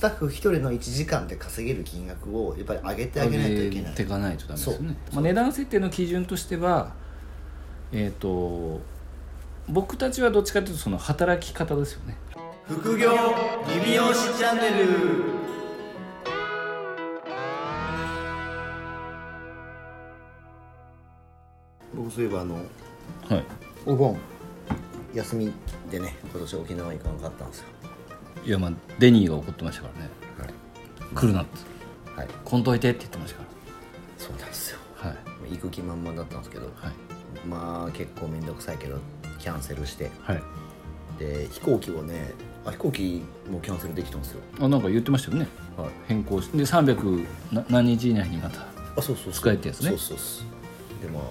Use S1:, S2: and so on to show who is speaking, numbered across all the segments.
S1: タッフ一人の1時間で稼げる金額をやっぱり上げてあげないといけない
S2: ていかないとダメですよね
S1: そう
S2: まあ、値段設定の基準としてはえっ、と僕たちはどっちかというとその働き方ですよね
S1: 副業リビオシチャンネル僕そういえばあの
S2: はい
S1: お盆休みでね今年沖縄行かなかったんですよ
S2: いやまあデニーが怒ってましたからね来るなって
S1: はい、はい、
S2: 来んといてって言ってましたか
S1: そうなんですよ
S2: らはい
S1: 行く気満々だったんですけど
S2: はい
S1: まあ結構面倒くさいけどキャンセルして
S2: はい
S1: で飛行機をねあ飛行機もキャンセルできたんですよ
S2: あなんか言ってましたよね
S1: はい
S2: 変更してで300な何日以内にまた
S1: あそうそうそう
S2: 使えってやつね
S1: そうそうそうでまあ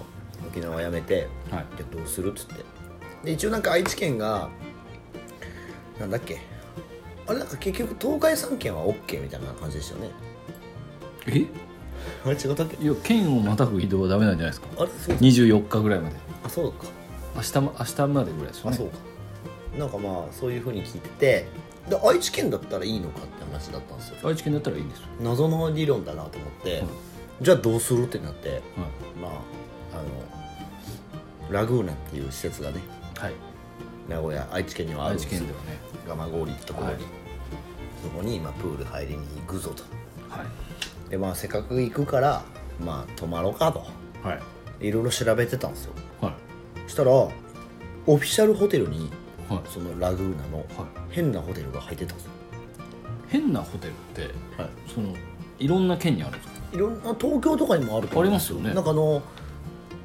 S1: 沖縄やめて
S2: はい
S1: でどうするっつってで一応なんか愛知県がなんだっけあれなんか結局東海3県は OK みたいな感じでしたよね
S2: え
S1: あれ違ったっけ
S2: いや県をまたぐ移動はダメなんじゃないですか
S1: あれそう
S2: 24日ぐらいまで
S1: あそうか
S2: 明日も明日までぐらいですよ
S1: あ
S2: ね
S1: そうかなんかまあそういうふうに聞いててで愛知県だったらいいのかって話だったんですよ
S2: 愛知県だったらいいんですよ、
S1: 謎の理論だなと思って、
S2: はい
S1: じゃあどうするってなって
S2: は
S1: まああのラグーナっていう施設がね
S2: いはい、
S1: 名古屋愛知県にはあるん
S2: 愛
S1: です
S2: 知
S1: よ
S2: 県ではね
S1: 蒲郡ってところに、
S2: はい
S1: そこに今プール入りに行くぞと
S2: はい
S1: でまあせっかく行くからまあ泊まろうかと
S2: はい
S1: いろいろ調べてたんですよ
S2: は
S1: そしたらオフィシャルホテルに
S2: いはい
S1: そのラグーナの
S2: は
S1: 変なホテルが入ってたんですよ、
S2: 変なホテルって
S1: はい
S2: そのいろんな県にあるんですか
S1: いろんな東京とかにもあると思う
S2: ありますよね
S1: なんかあの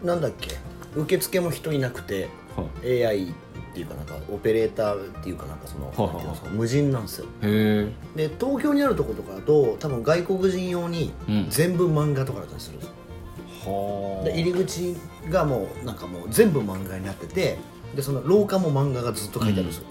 S1: なんだっけ受付も人いなくて
S2: はい
S1: AI っていうかなんかオペレーターっていうかなんかその
S2: はあはあ
S1: なんていうんですか無人なんですよ
S2: へえ
S1: で東京にあるとことかだと多分外国人用に
S2: うん
S1: 全部漫画とかだったりするんですよ、
S2: は
S1: で入り口がもうなんかもう全部漫画になっててでその廊下も漫画がずっと書いてあるんですよ、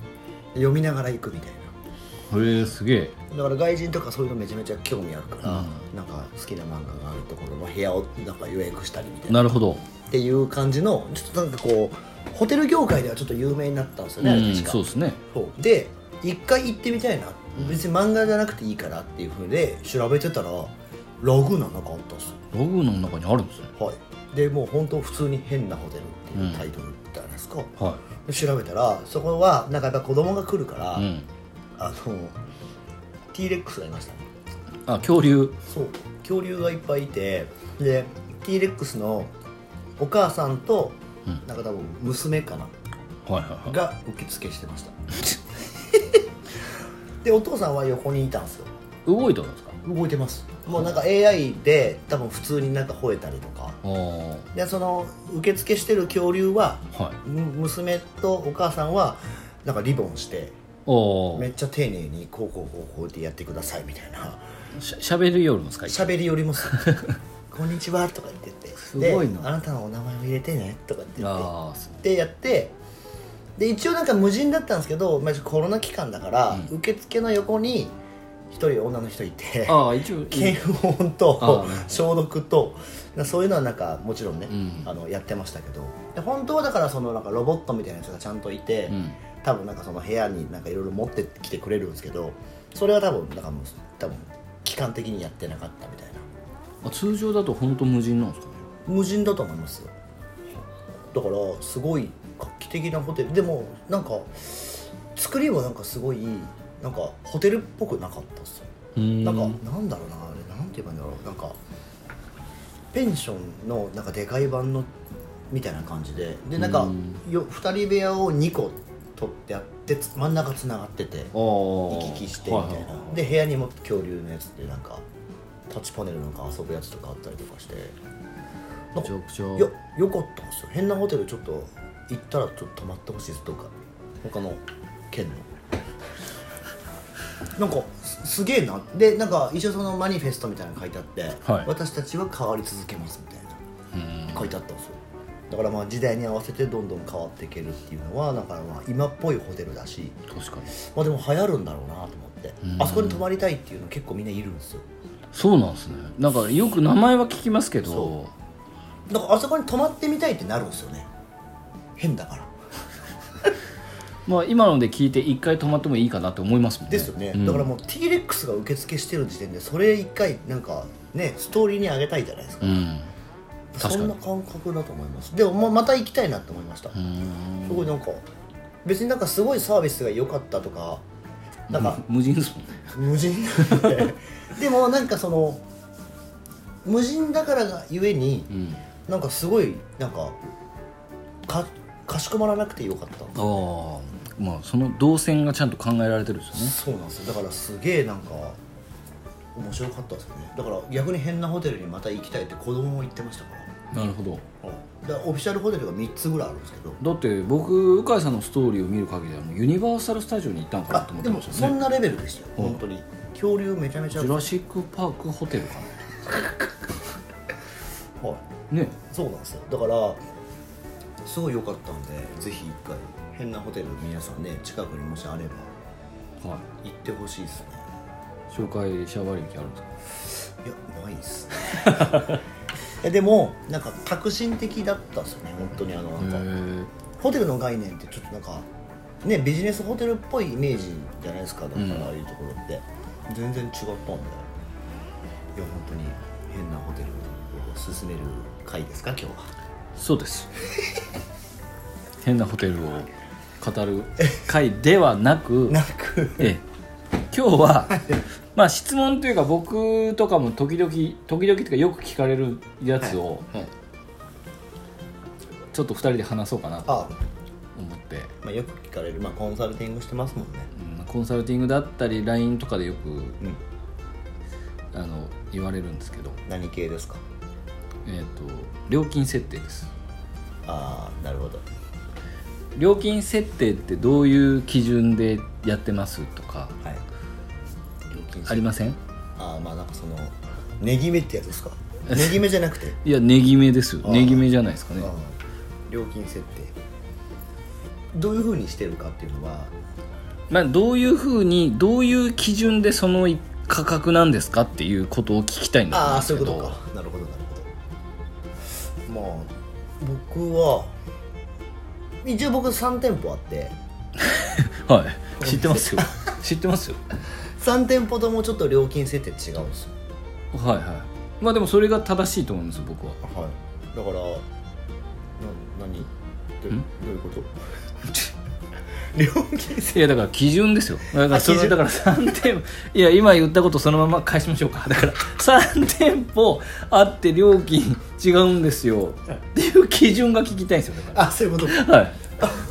S1: 読みながら行くみたいな
S2: へえすげえ
S1: だから外人とかそういうのめちゃめちゃ興味あるから、
S2: う
S1: なんか好きな漫画があるところの部屋をなんか予約したりみたいな
S2: なるほど
S1: っていう感じのちょっとなんかこうホテル業界ではちょっと有名になったんですよ
S2: う
S1: ね、あれ
S2: ん
S1: 確か
S2: そうですね
S1: そうで一回行ってみたいな別に漫画じゃなくていいからっていうふうで調べてたらラグーナなんかあったんですよ
S2: ログの中にあるんですね
S1: はいでもう本当普通に変なホテルっていうタイトルじゃないですか、
S2: は
S1: で調べたらそこはなんかやっぱ子供が来るから、
S2: いうん
S1: あの T レックスがいましたね
S2: あ恐竜
S1: そう恐竜がいっぱいいてで T レックスのお母さんと
S2: うん
S1: なんか多分娘かな、
S2: はいはいは
S1: が受付してま したでお父さんは横にいたんですよ
S2: い動いてるんですか
S1: 動いてますもうなんか AI で多分普通になんか吠えたりとか
S2: ああは
S1: でその受付してる恐竜はい
S2: あ
S1: む娘とお母さんはなんかリボンして
S2: あ
S1: めっちゃ丁寧にこうこうこうこうってやってくださいみたいな
S2: しゃしゃべるよるんですか
S1: 喋り寄ります こんにちはとか言ってって
S2: すごいな
S1: であなたのお名前を入れてねとか言ってって
S2: ああす
S1: でやってで一応なんか無人だったんですけど、まあ、コロナ期間だから、
S2: うん
S1: 受付の横に一人女の人いて
S2: ああ一応
S1: 検温
S2: あ
S1: と
S2: ーなるほど
S1: 消毒とそういうのはなんかもちろんね、
S2: うん
S1: あのやってましたけどで本当はだからそのなんかロボットみたいなやつがちゃんといて、
S2: うん
S1: 多分なんかその部屋になんかいろいろ持ってきてくれるんですけどそれは多分なんかもう多分期間的にやってなかったみたいな
S2: あ通常だと本当無人なんですかね
S1: 無人だと思いますよだからすごい画期的なホテルでもなんか作りはなんかすごいなんかホテルっぽくなかったっすよ
S2: うん
S1: なんかなんだろうなあれなんて言えばいいんだろうなんかペンションのなんかでかい版のみたいな感じででなんか
S2: うん
S1: よ2人部屋を2個取ってあってつ真ん中つながってて
S2: ああ
S1: 行
S2: 行
S1: き来してみたいなで部屋にも恐竜のやつでなんかタッチパネルなんか遊ぶやつとかあったりとかして
S2: めちゃくちゃ
S1: いやよかったんですよ変なホテルちょっと行ったらちょっと泊まってほしいですどうか他の県の なんかすすげえなでなんか一応そのマニフェストみたいなの書いてあって、
S2: はい
S1: 私たちは変わり続けますみたいな
S2: うん
S1: 書いてあったんですよだからまあ時代に合わせてどんどん変わっていけるっていうのはだからまあ今っぽいホテルだし
S2: 確かに
S1: まあでも流行るんだろうなと思って
S2: うん
S1: あそこに泊まりたいっていうの結構みんないるんですよ
S2: そうなんですねなんかよく名前は聞きますけど
S1: そだからあそこに泊まってみたいってなるんですよね変だから
S2: まあ、今ので聞いて一回泊まってもいいかなって思いますもん
S1: で
S2: ね
S1: すよね、
S2: うん
S1: だからもう T レックスが受付してる時点でそれ一回なんかねストーリーにあげたいじゃないですか、
S2: うん確かに
S1: そんな感覚だと思いますでもままた行きたいなと思いました、
S2: うん
S1: すごいなんか別になんかすごいサービスが良かったとかなんか
S2: 無人ですもんね
S1: 無人なん ででもなんかその無人だからがゆえに
S2: うん
S1: なんかすごいなんかかかしこまらなくてよかった
S2: ああまあその動線がちゃんと考えられてるんですよね
S1: そうなんですよだからすげえなんか面白かったですよねだから逆に変なホテルにまた行きたいって子供も言ってましたから
S2: なるほど
S1: だからオフィシャルホテルが3つぐらいあるんですけど
S2: だって僕鵜飼さんのストーリーを見る限りはもうユニバーサル・スタジオに行ったのかな
S1: あ
S2: と思っ
S1: で
S2: てま
S1: も
S2: した
S1: そ
S2: よ
S1: ん
S2: ね
S1: なレベルですよ、
S2: うん
S1: 本当に恐竜めちゃめち
S2: ジ
S1: ゃ
S2: ュ
S1: は
S2: ラ
S1: い
S2: シック・パークホテルかなね
S1: そうなんですよだからすごい良かったんでぜひ一回変なホテル皆さんね近くにもしあれば
S2: は
S1: 行ってほしいですね
S2: い紹介者割引あるんですか
S1: いやないっ すいやでもなんか革新的だったっすよね本当にあのなんか、
S2: へ
S1: ホテルの概念ってちょっとなんかねビジネスホテルっぽいイメージじゃないですかだから
S2: うん
S1: ああいうところって、全然違ったんでいや本当に変なホテルを勧める回ですか今日は
S2: えそうです変なホテルを語る回ではなく
S1: なく
S2: ええ今日はまあ質問というか僕とかも時々時々というかよく聞かれるやつをちょっと2人で話そうかなと
S1: あ、
S2: 思って、
S1: まあ、よく聞かれる、まあ、コンサルティングしてますもんね
S2: うんコンサルティングだったり LINE とかでよく
S1: うん
S2: あの言われるんですけど、
S1: 何系ですか
S2: えー、と料金設定です
S1: ああなるほど
S2: 料金設定ってどういう基準でやってますとか
S1: はい料金
S2: ありません
S1: ああまあなんかそのねぎめってやつ ですかねぎめじゃなくて、
S2: いや値決めですよ
S1: あー
S2: 値決めじゃないですかね
S1: ああ料金設定どういうふうにしてるかっていうのは
S2: まあ、どういうふうにどういう基準でその価格なんですかっていうことを聞きたいん
S1: あ
S2: だ
S1: あそ
S2: と
S1: ういう
S2: 思
S1: こ
S2: うん
S1: と
S2: です
S1: かなるほどなるほどまあ僕は一応僕3店舗あって
S2: けどはい知っ てますよ知ってますよ
S1: 3店舗ともちょっと料金設定違うんですよ
S2: はいはいまあでもそれが正しいと思うんですよ僕は
S1: はいだからな何どど
S2: ん
S1: ういうこと 料金
S2: いやだから基準ですよだからそ
S1: あ基
S2: れ
S1: 準
S2: だから3店舗いや今言ったことそのまま返しましょうかだから3店舗あって料金違うんですよっていう基準が聞きたいんですよだか
S1: あそういうこと
S2: らはい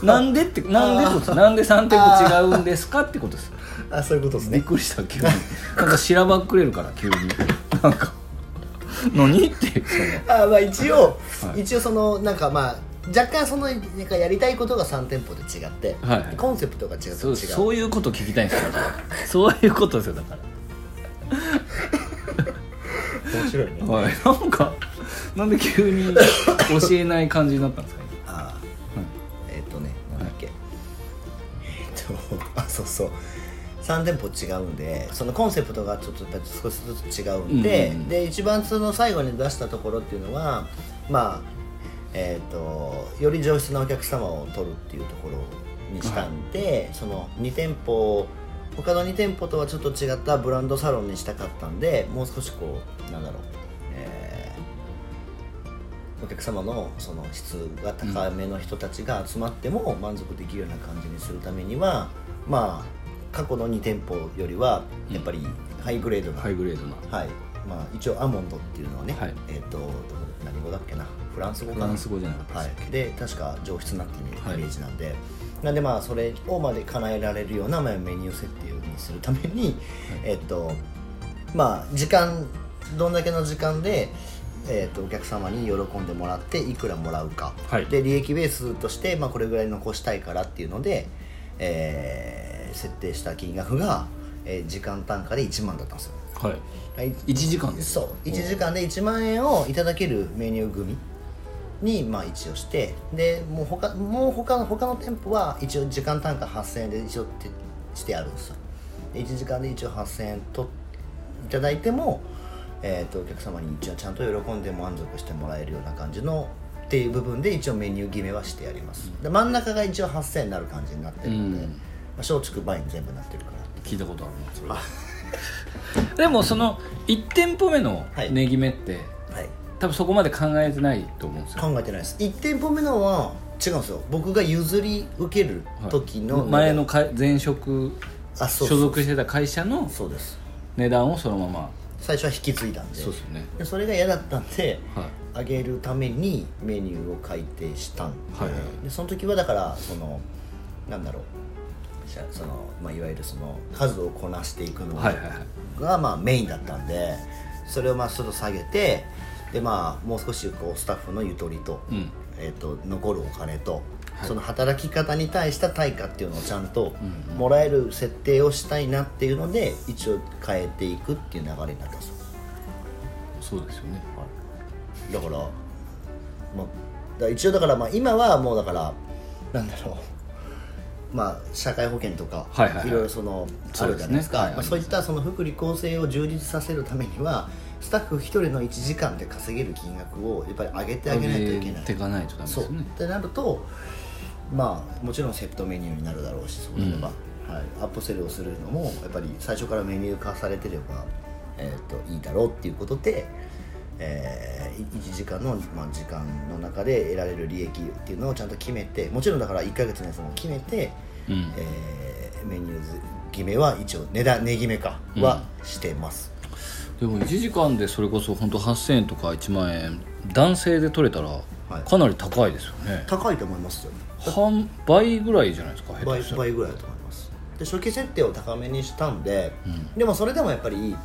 S2: なんでってなんでってことですなんで3店舗違うんですかってことです
S1: あそういうことです
S2: びっ
S1: ね
S2: くりした急になんかしらばっくれるから急になんか何っていうその
S1: あまあ一応、
S2: はい
S1: 一応そのなんかまあ若干そのなんかやりたいことが3店舗で違って、
S2: はいはい
S1: コンセプトが違う
S2: そう
S1: と違う
S2: そういうこと聞きたいんですよだからそういうことですよだか
S1: 面白いね
S2: ら、はい、なんかなんで急に教えない感じになったんですか今
S1: あ
S2: はい
S1: ーえっ、とねなんだっけ、えっ、とあそうそう3店舗違うんでそのコンセプトがちょっとやっぱ少しずつ違うんで、
S2: うんうんうん
S1: で一番その最後に出したところっていうのはまあえっ、とより上質なお客様を取るっていうところにしたんで、その2店舗他の2店舗とはちょっと違ったブランドサロンにしたかったんでもう少しこうなんだろう、えーお客様のその質が高めの人たちが集まっても満足できるような感じにするためには、まあ過去の2店舗よりはやっぱりハイグレードな、
S2: ハイグレードな
S1: はいまあ、一応アモンドっていうのはね、
S2: はい
S1: えっ、と何語だっけなフランス語か
S2: フ
S1: な
S2: ランス語じゃなかった
S1: は
S2: です、
S1: い、で確か上質なっていうイ
S2: はい
S1: メージなんで、なんでまあそれをまで叶えられるようなまあメニュー設定にするために、えっとまあ時間どんだけの時間で、えっとお客様に喜んでもらっていくらもらうか、
S2: はい
S1: で利益ベースとして、まあ、これぐらい残したいからっていうので、えー設定した金額が、えー時間単価で1万だったんですよ。
S2: はい
S1: はい
S2: 1時間です
S1: そう1時間で1万円をいただけるメニュー組にまあ一応してでもう他もう他の他の店舗は一応時間単価8000円で一応てしてあるんですよで1時間で一応8000円といただいても、えー、とお客様に一応ちゃんと喜んで満足してもらえるような感じのっていう部分で一応メニュー決めはしてやりますで真ん中が一応8000円になる感じになってるんで、
S2: うん
S1: まあ、松竹ワイン全部なってるから
S2: 聞いたことあるなそれはでもその1店舗目の
S1: はい
S2: ねぎめって、
S1: はい
S2: 多分そこまで考えてないと思うんですよ
S1: 考えてないです1店舗目のは違うんですよ僕が譲り受ける時の、
S2: はい前のか前職
S1: あそうそ
S2: 所
S1: う
S2: 属してた会社の
S1: そうです
S2: 値段をそのまま
S1: 最初は引き継いだんで
S2: そうですよね
S1: でそれが嫌だったんで
S2: はい
S1: 上げるためにメニューを改定したんで,、
S2: はいはい
S1: でその時はだからそのなんだろうしゃその、まあ、いわゆるその数をこなしていくのが、
S2: はいはいはい
S1: まあ、メインだったんでそれをまあちょっと下げてで、まあ、もう少しこうスタッフのゆとりと,、
S2: うん
S1: えー、と残るお金と、
S2: はい
S1: その働き方に対した対価っていうのをちゃんと
S2: うんうん
S1: もらえる設定をしたいなっていうので一応変えていくっていう流れになったんですよ
S2: そうですよね
S1: だから,、まあ、だから一応だからまあ今はもうだからなんだろうまあ社会保険とか、
S2: はいはいはい
S1: ろいろそのあ
S2: そう
S1: る
S2: です
S1: じ
S2: ね
S1: ゃないですか
S2: はい
S1: まあそういったその福利厚生を充実させるためにはスタッフ一人の1時間で稼げる金額をやっぱり上げてあげないといけない
S2: 上げてかないとダメです
S1: そう
S2: よね
S1: ってなるとまあもちろんセットメニューになるだろうしそうなれば、はい、アップセルをするのもやっぱり最初からメニュー化されてれば、えー、といいだろうっていうことで、え1時間の、まあ、時間の中で得られる利益っていうのをちゃんと決めてもちろんだから1ヶ月のやつも決めて、
S2: うん
S1: えーメニュー決めは一応値段値決めかはしてます、
S2: でも1時間でそれこそ本当8000円とか1万円男性で取れたら
S1: い
S2: かなり高いですよね、
S1: 高いと思いますよ
S2: 半倍ぐらいじゃないですか下
S1: 倍
S2: 手したら
S1: 倍ぐらいだと思いますで初期設定を高めにしたんで、でもそれでもやっぱり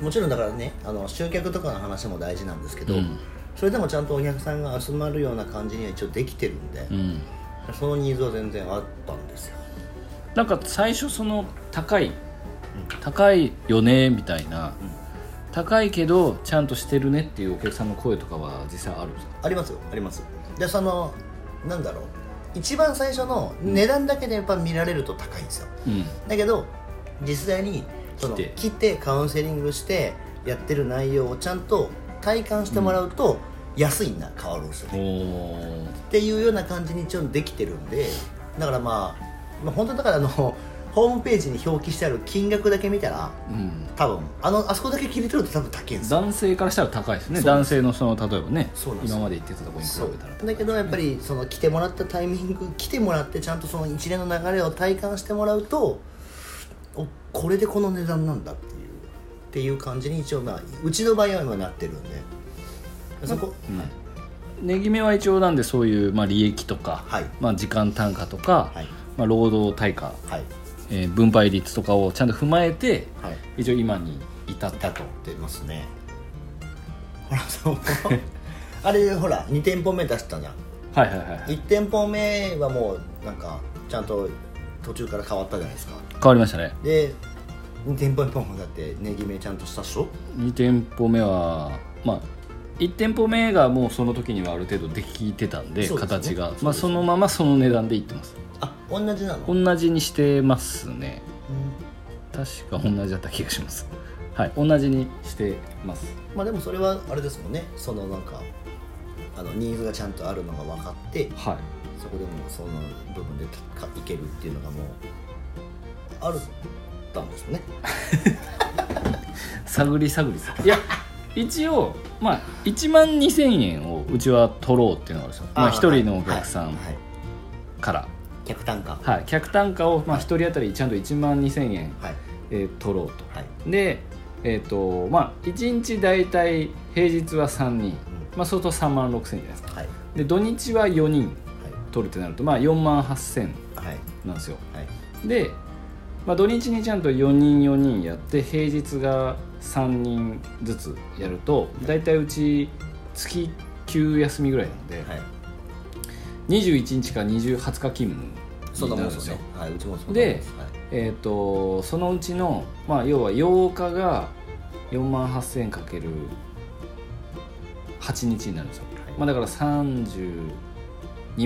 S1: もちろんだからねあの集客とかの話も大事なんですけど、
S2: うん
S1: それでもちゃんとお客さんが集まるような感じには一応できてるんで、
S2: うん
S1: そのニーズは全然あったんですよ
S2: なんか最初その高い高いよねみたいな、高いけどちゃんとしてるねっていうお客さんの声とかは実際あるんですか
S1: ありますよありますでそのなんだろう一番最初の値段だけでやっぱ見られると高いんですよ、
S2: うん
S1: だけど実際にその
S2: 来て
S1: 来てカウンセリングしてやってる内容をちゃんと体感してもらうと安いな変わるんですよね、
S2: おー
S1: っていうような感じに一応できてるんでだからまあ、まあ、本当だからあのホームページに表記してある金額だけ見たら
S2: うん
S1: 多分あのあそこだけ切り取ると多分高いんですよ
S2: 男性からしたら高いですね
S1: そうで
S2: 男性のその例えばね
S1: そうなんですよ
S2: 今まで行ってたとこに比
S1: そう
S2: べたら
S1: だけどやっぱりその来てもらったタイミング 来てもらってちゃんとその一連の流れを体感してもらうとおこれでこの値段なんだっていうっていう感じに一応まあうちの場合は今なってるんでそこ、
S2: 値決めは一応なんでそういう、まあ、利益とか、
S1: はい
S2: まあ、時間単価とか、
S1: はい
S2: まあ、労働対価、
S1: はい
S2: えー分配率とかをちゃんと踏まえて
S1: はい
S2: 一応今に至った
S1: だと出ますねほら そうあれほら2店舗目出したじゃん
S2: はいはいはいはい
S1: 1店舗目はもうなんかちゃんと途中から変わったじゃないですか
S2: 変わりましたね
S1: で2店舗目もだって値決めちゃんとしたっしょ
S2: 2店舗目はまあ1店舗目がもうその時にはある程度できてたんで
S1: そうですね
S2: 形が
S1: そうですね
S2: まあ、そのままその値段でいってます
S1: あ同じなの、
S2: 同じにしてますね確か同じだった気がしますはい同じにしてます
S1: まあでもそれはあれですもんねそのなんかあのニーズがちゃんとあるのが分かって
S2: はい
S1: そこでもその部分でかいけるっていうのがもうあるったんですね
S2: 探り探りですいや一応まあ1万2000円をうちは取ろうっていうのがあるんですよまあ、1人のお客さ
S1: はい
S2: ん
S1: はい
S2: から、
S1: 客単価はい
S2: はい、客単価をまあ1人当たりちゃんと1万2000円、えー取ろうと
S1: はい
S2: でえっ、とまあ1日大体平日は3人、まあ、相当3万6000円じゃないですか
S1: はい
S2: で土日は4人取るってなるとまあ4万8000
S1: はいはい
S2: なんですよ
S1: はい
S2: で、まあ、土日にちゃんと4人4人やって平日が3人ずつやると大体うち月9休みぐらいなので、
S1: はい
S2: 21日か20 20日勤務
S1: そん
S2: に
S1: な
S2: な
S1: もんで
S2: るんですす
S1: よ
S2: よ
S1: ねはいうちもそんなもん
S2: です
S1: はい
S2: えー、とそのうちの、まあ、要は8日が4万8000円かける8日になるんですよ、
S1: はい
S2: まあ、だから32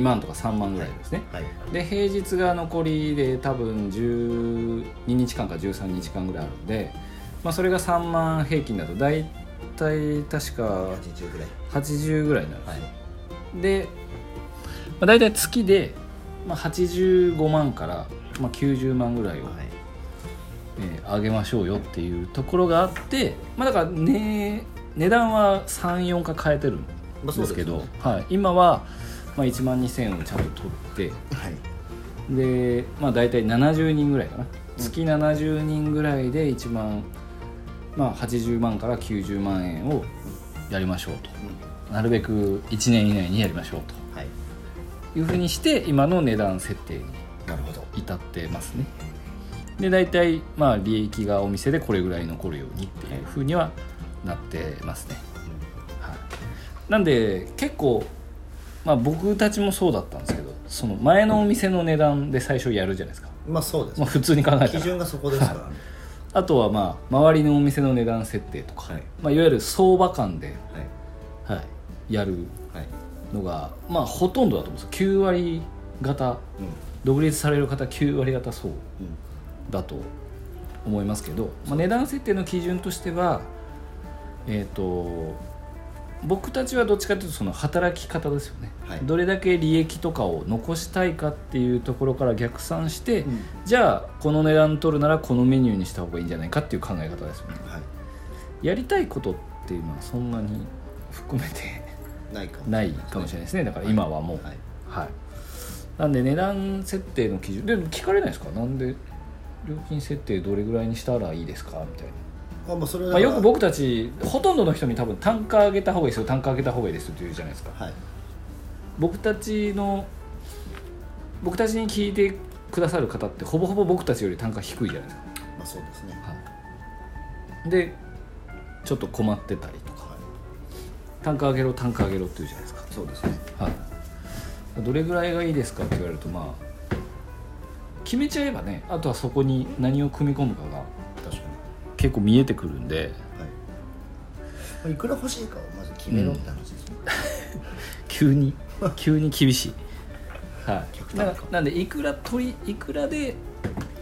S2: 万とか3万ぐらいですね、
S1: はい
S2: で平日が残りで多分12日間か13日間ぐらいあるんで、まあ、それが3万平均だと大体確か
S1: 80ぐらい
S2: 80ぐらいになるんですよ、で、まあ、大体月で、まあ、85万から、まあ、90万ぐらいを、
S1: はい
S2: えー上げましょうよっていうところがあって、まあ、だから、ね、値段は34回変えてるん
S1: まあそう
S2: で
S1: ですす
S2: け
S1: け
S2: ど
S1: ど、
S2: はい、今は、まあ、1万2000をちゃんと取って
S1: はい
S2: で、まあ、大体70人ぐらいかな月70人ぐらいで1万、まあ、80万から90万円をやりましょうと。なるべく1年以内にやりましょう
S1: はい
S2: というふうにして今の値段設定に
S1: なるほど
S2: 至ってますねで大体まあ利益がお店でこれぐらい残るようにっていうふうにはなってますね、はい、なんで結構まあ僕たちもそうだったんですけどその前のお店の値段で最初やるじゃないですか、
S1: まあそうです
S2: まあ、普通に考えた
S1: 基
S2: ら
S1: 準がそこですからね
S2: あとはまあ周りのお店の値段設定とか、
S1: はいい
S2: まあ、いわゆる相場感で、
S1: はい
S2: はい、やる
S1: はい
S2: のがまあほとんどだと思うんですよ9割方
S1: うん
S2: 独立される方9割方そう
S1: うん
S2: だと思いますけど、まあ、値段設定の基準としてはえっ、と僕たちはどっちかというとその働き方ですよね、
S1: はい
S2: どれだけ利益とかを残したいかっていうところから逆算して、
S1: うん
S2: じゃあこの値段取るならこのメニューにした方がいいんじゃないかっていう考え方ですよね
S1: は
S2: やりたいことっていうのはそんなに含めて
S1: いないかも
S2: ないかもしれないですねだから今はもう、
S1: はい
S2: はい、なんで値段設定の基準でも聞かれないですかなんで料金設定どれぐらいにしたらいいですかみたいな、
S1: あまあそれは
S2: まあ、よく
S1: 僕
S2: 僕たちほとんどの人に多分単価上げた方がいいですよ単価上げた方がいいですよって言うじゃないですか
S1: はい
S2: 僕たちの僕たちに聞いてくださる方ってほぼほぼ僕たちより単価低いじゃないですか、
S1: まあそうですね
S2: はい、でちょっと困ってたりとか
S1: は
S2: 単価上げろ単価上げろって言うじゃないですか
S1: いそうですね
S2: はい、どれぐらいがいいですかって言われるとまあ決めちゃえばねあとはそこに何を組み込むかが
S1: 確かに
S2: 結構見えてくるんで
S1: はいまあいくら欲しいかをまず決めろって話ですね
S2: 急に 急に厳しい、は
S1: 極端
S2: い、
S1: か
S2: なんかなんでいくら取りいくらで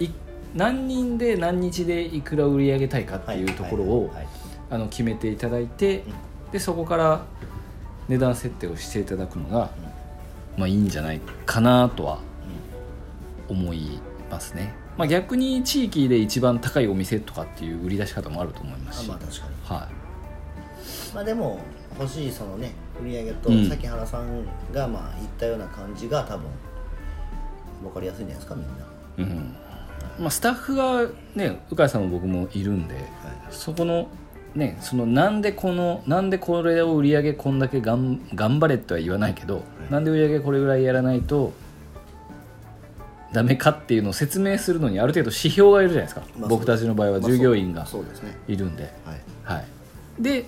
S2: い何人で何日でいくら売り上げたいかって
S1: はいいう
S2: ところを、
S1: はい
S2: あの決めていただいてでそこから値段設定をしていただくのが、まあ、いいんじゃないかなとは思いますね、まあ、逆に地域で一番高いお店とかっていう売り出し方もあると思います
S1: あ
S2: し、
S1: まあ確かに
S2: は
S1: まあでも欲しいそのね売り上げと、
S2: うん
S1: さっき原さんがまあ言ったような感じが多分分かりやすいんじゃないですかみんな、
S2: いうんまあ、スタッフがね鵜飼さんも僕もいるんで
S1: は
S2: そこのねそのなんでこのなんでこれを売り上げこんだけがん頑張れとは言わないけど、なんで売り上げこれぐらいやらないとダメかっていうのを説明するのにある程度指標がいるじゃないですか、
S1: まあ
S2: 僕たちの場合
S1: ま
S2: は
S1: あ
S2: 従業員が
S1: そうそうですね
S2: いるんで、
S1: はい
S2: はい、で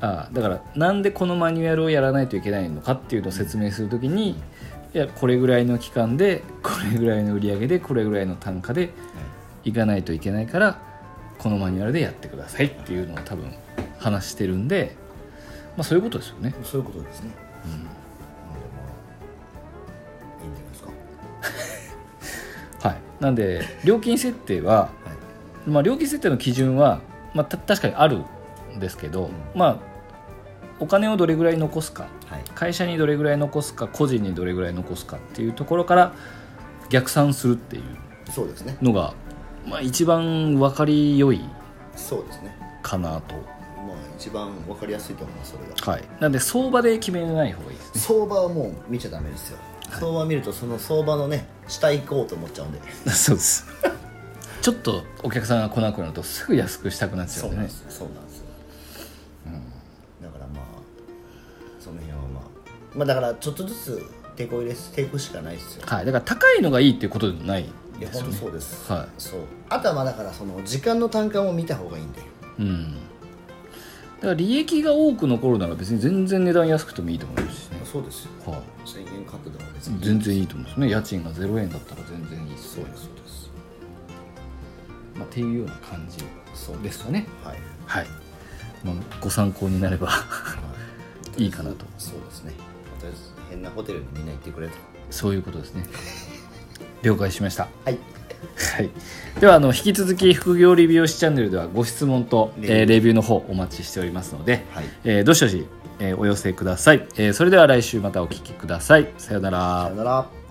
S2: あだからなんでこのマニュアルをやらないといけないのかっていうのを説明するときにいやこれぐらいの期間でこれぐらいの売り上げでこれぐらいの単価でいかないといけないからこのマニュアルでやってくださいっていうのを多分話してるんで、まあ、そういうことですよね。
S1: そういうことですねなんでまあいいんじゃないですか
S2: はい、なんで料金設定は、
S1: はい
S2: まあ、料金設定の基準は、まあ、た確かにあるんですけど、
S1: ん
S2: まあ、お金をどれぐらい残すか
S1: はい
S2: 会社にどれぐらい残すか個人にどれぐらい残すかっていうところから逆算するっていう
S1: そうですね
S2: のが、まあ、一番分かりよい
S1: そうですね
S2: かなと、
S1: まあ一番分かりやすいと思いますそれが
S2: はい、なんで相場で決めない方がいいですね
S1: 相場はもう見ちゃダメですよ、相場見るとその相場のね下行こうと思っちゃうんで
S2: そうですちょっとお客さんが来なくなるとすぐ安くしたくなっちゃ
S1: そ
S2: うん
S1: う
S2: で
S1: なん
S2: ね
S1: ですそうなんですよ、だからまあその辺はまあまあだからちょっとずつ手こ入れしていくしかないですよ
S2: はい、だから高いのがいいっていうことでもない
S1: いや
S2: です
S1: 本当
S2: よね
S1: そうです、
S2: は
S1: そうあとはまあだからその時間の単価も見た方がいいんで
S2: いうんだから利益が多く残るなら別に全然値段安くてもいいと思いますしね、
S1: そうですよ
S2: は
S1: 1000円カットでも別
S2: い、全然いいと思うんですね家賃が0円だったら全然いいです
S1: そうですそうです
S2: まあ、っていうような感じ
S1: そう
S2: ですかね
S1: はい、
S2: はい、まあ、ご参考になれば いいかなと
S1: そうですねとりあえず変なホテルにみんな行ってくれと
S2: そういうことですね了解しました
S1: はい
S2: はい、ではあの引き続き副業理美容師チャンネルではご質問と、
S1: ね
S2: えーレビューの方お待ちしておりますので、
S1: はい
S2: えーどしどし、えーお寄せください、えーそれでは来週またお聞きくださいさよう
S1: さよなら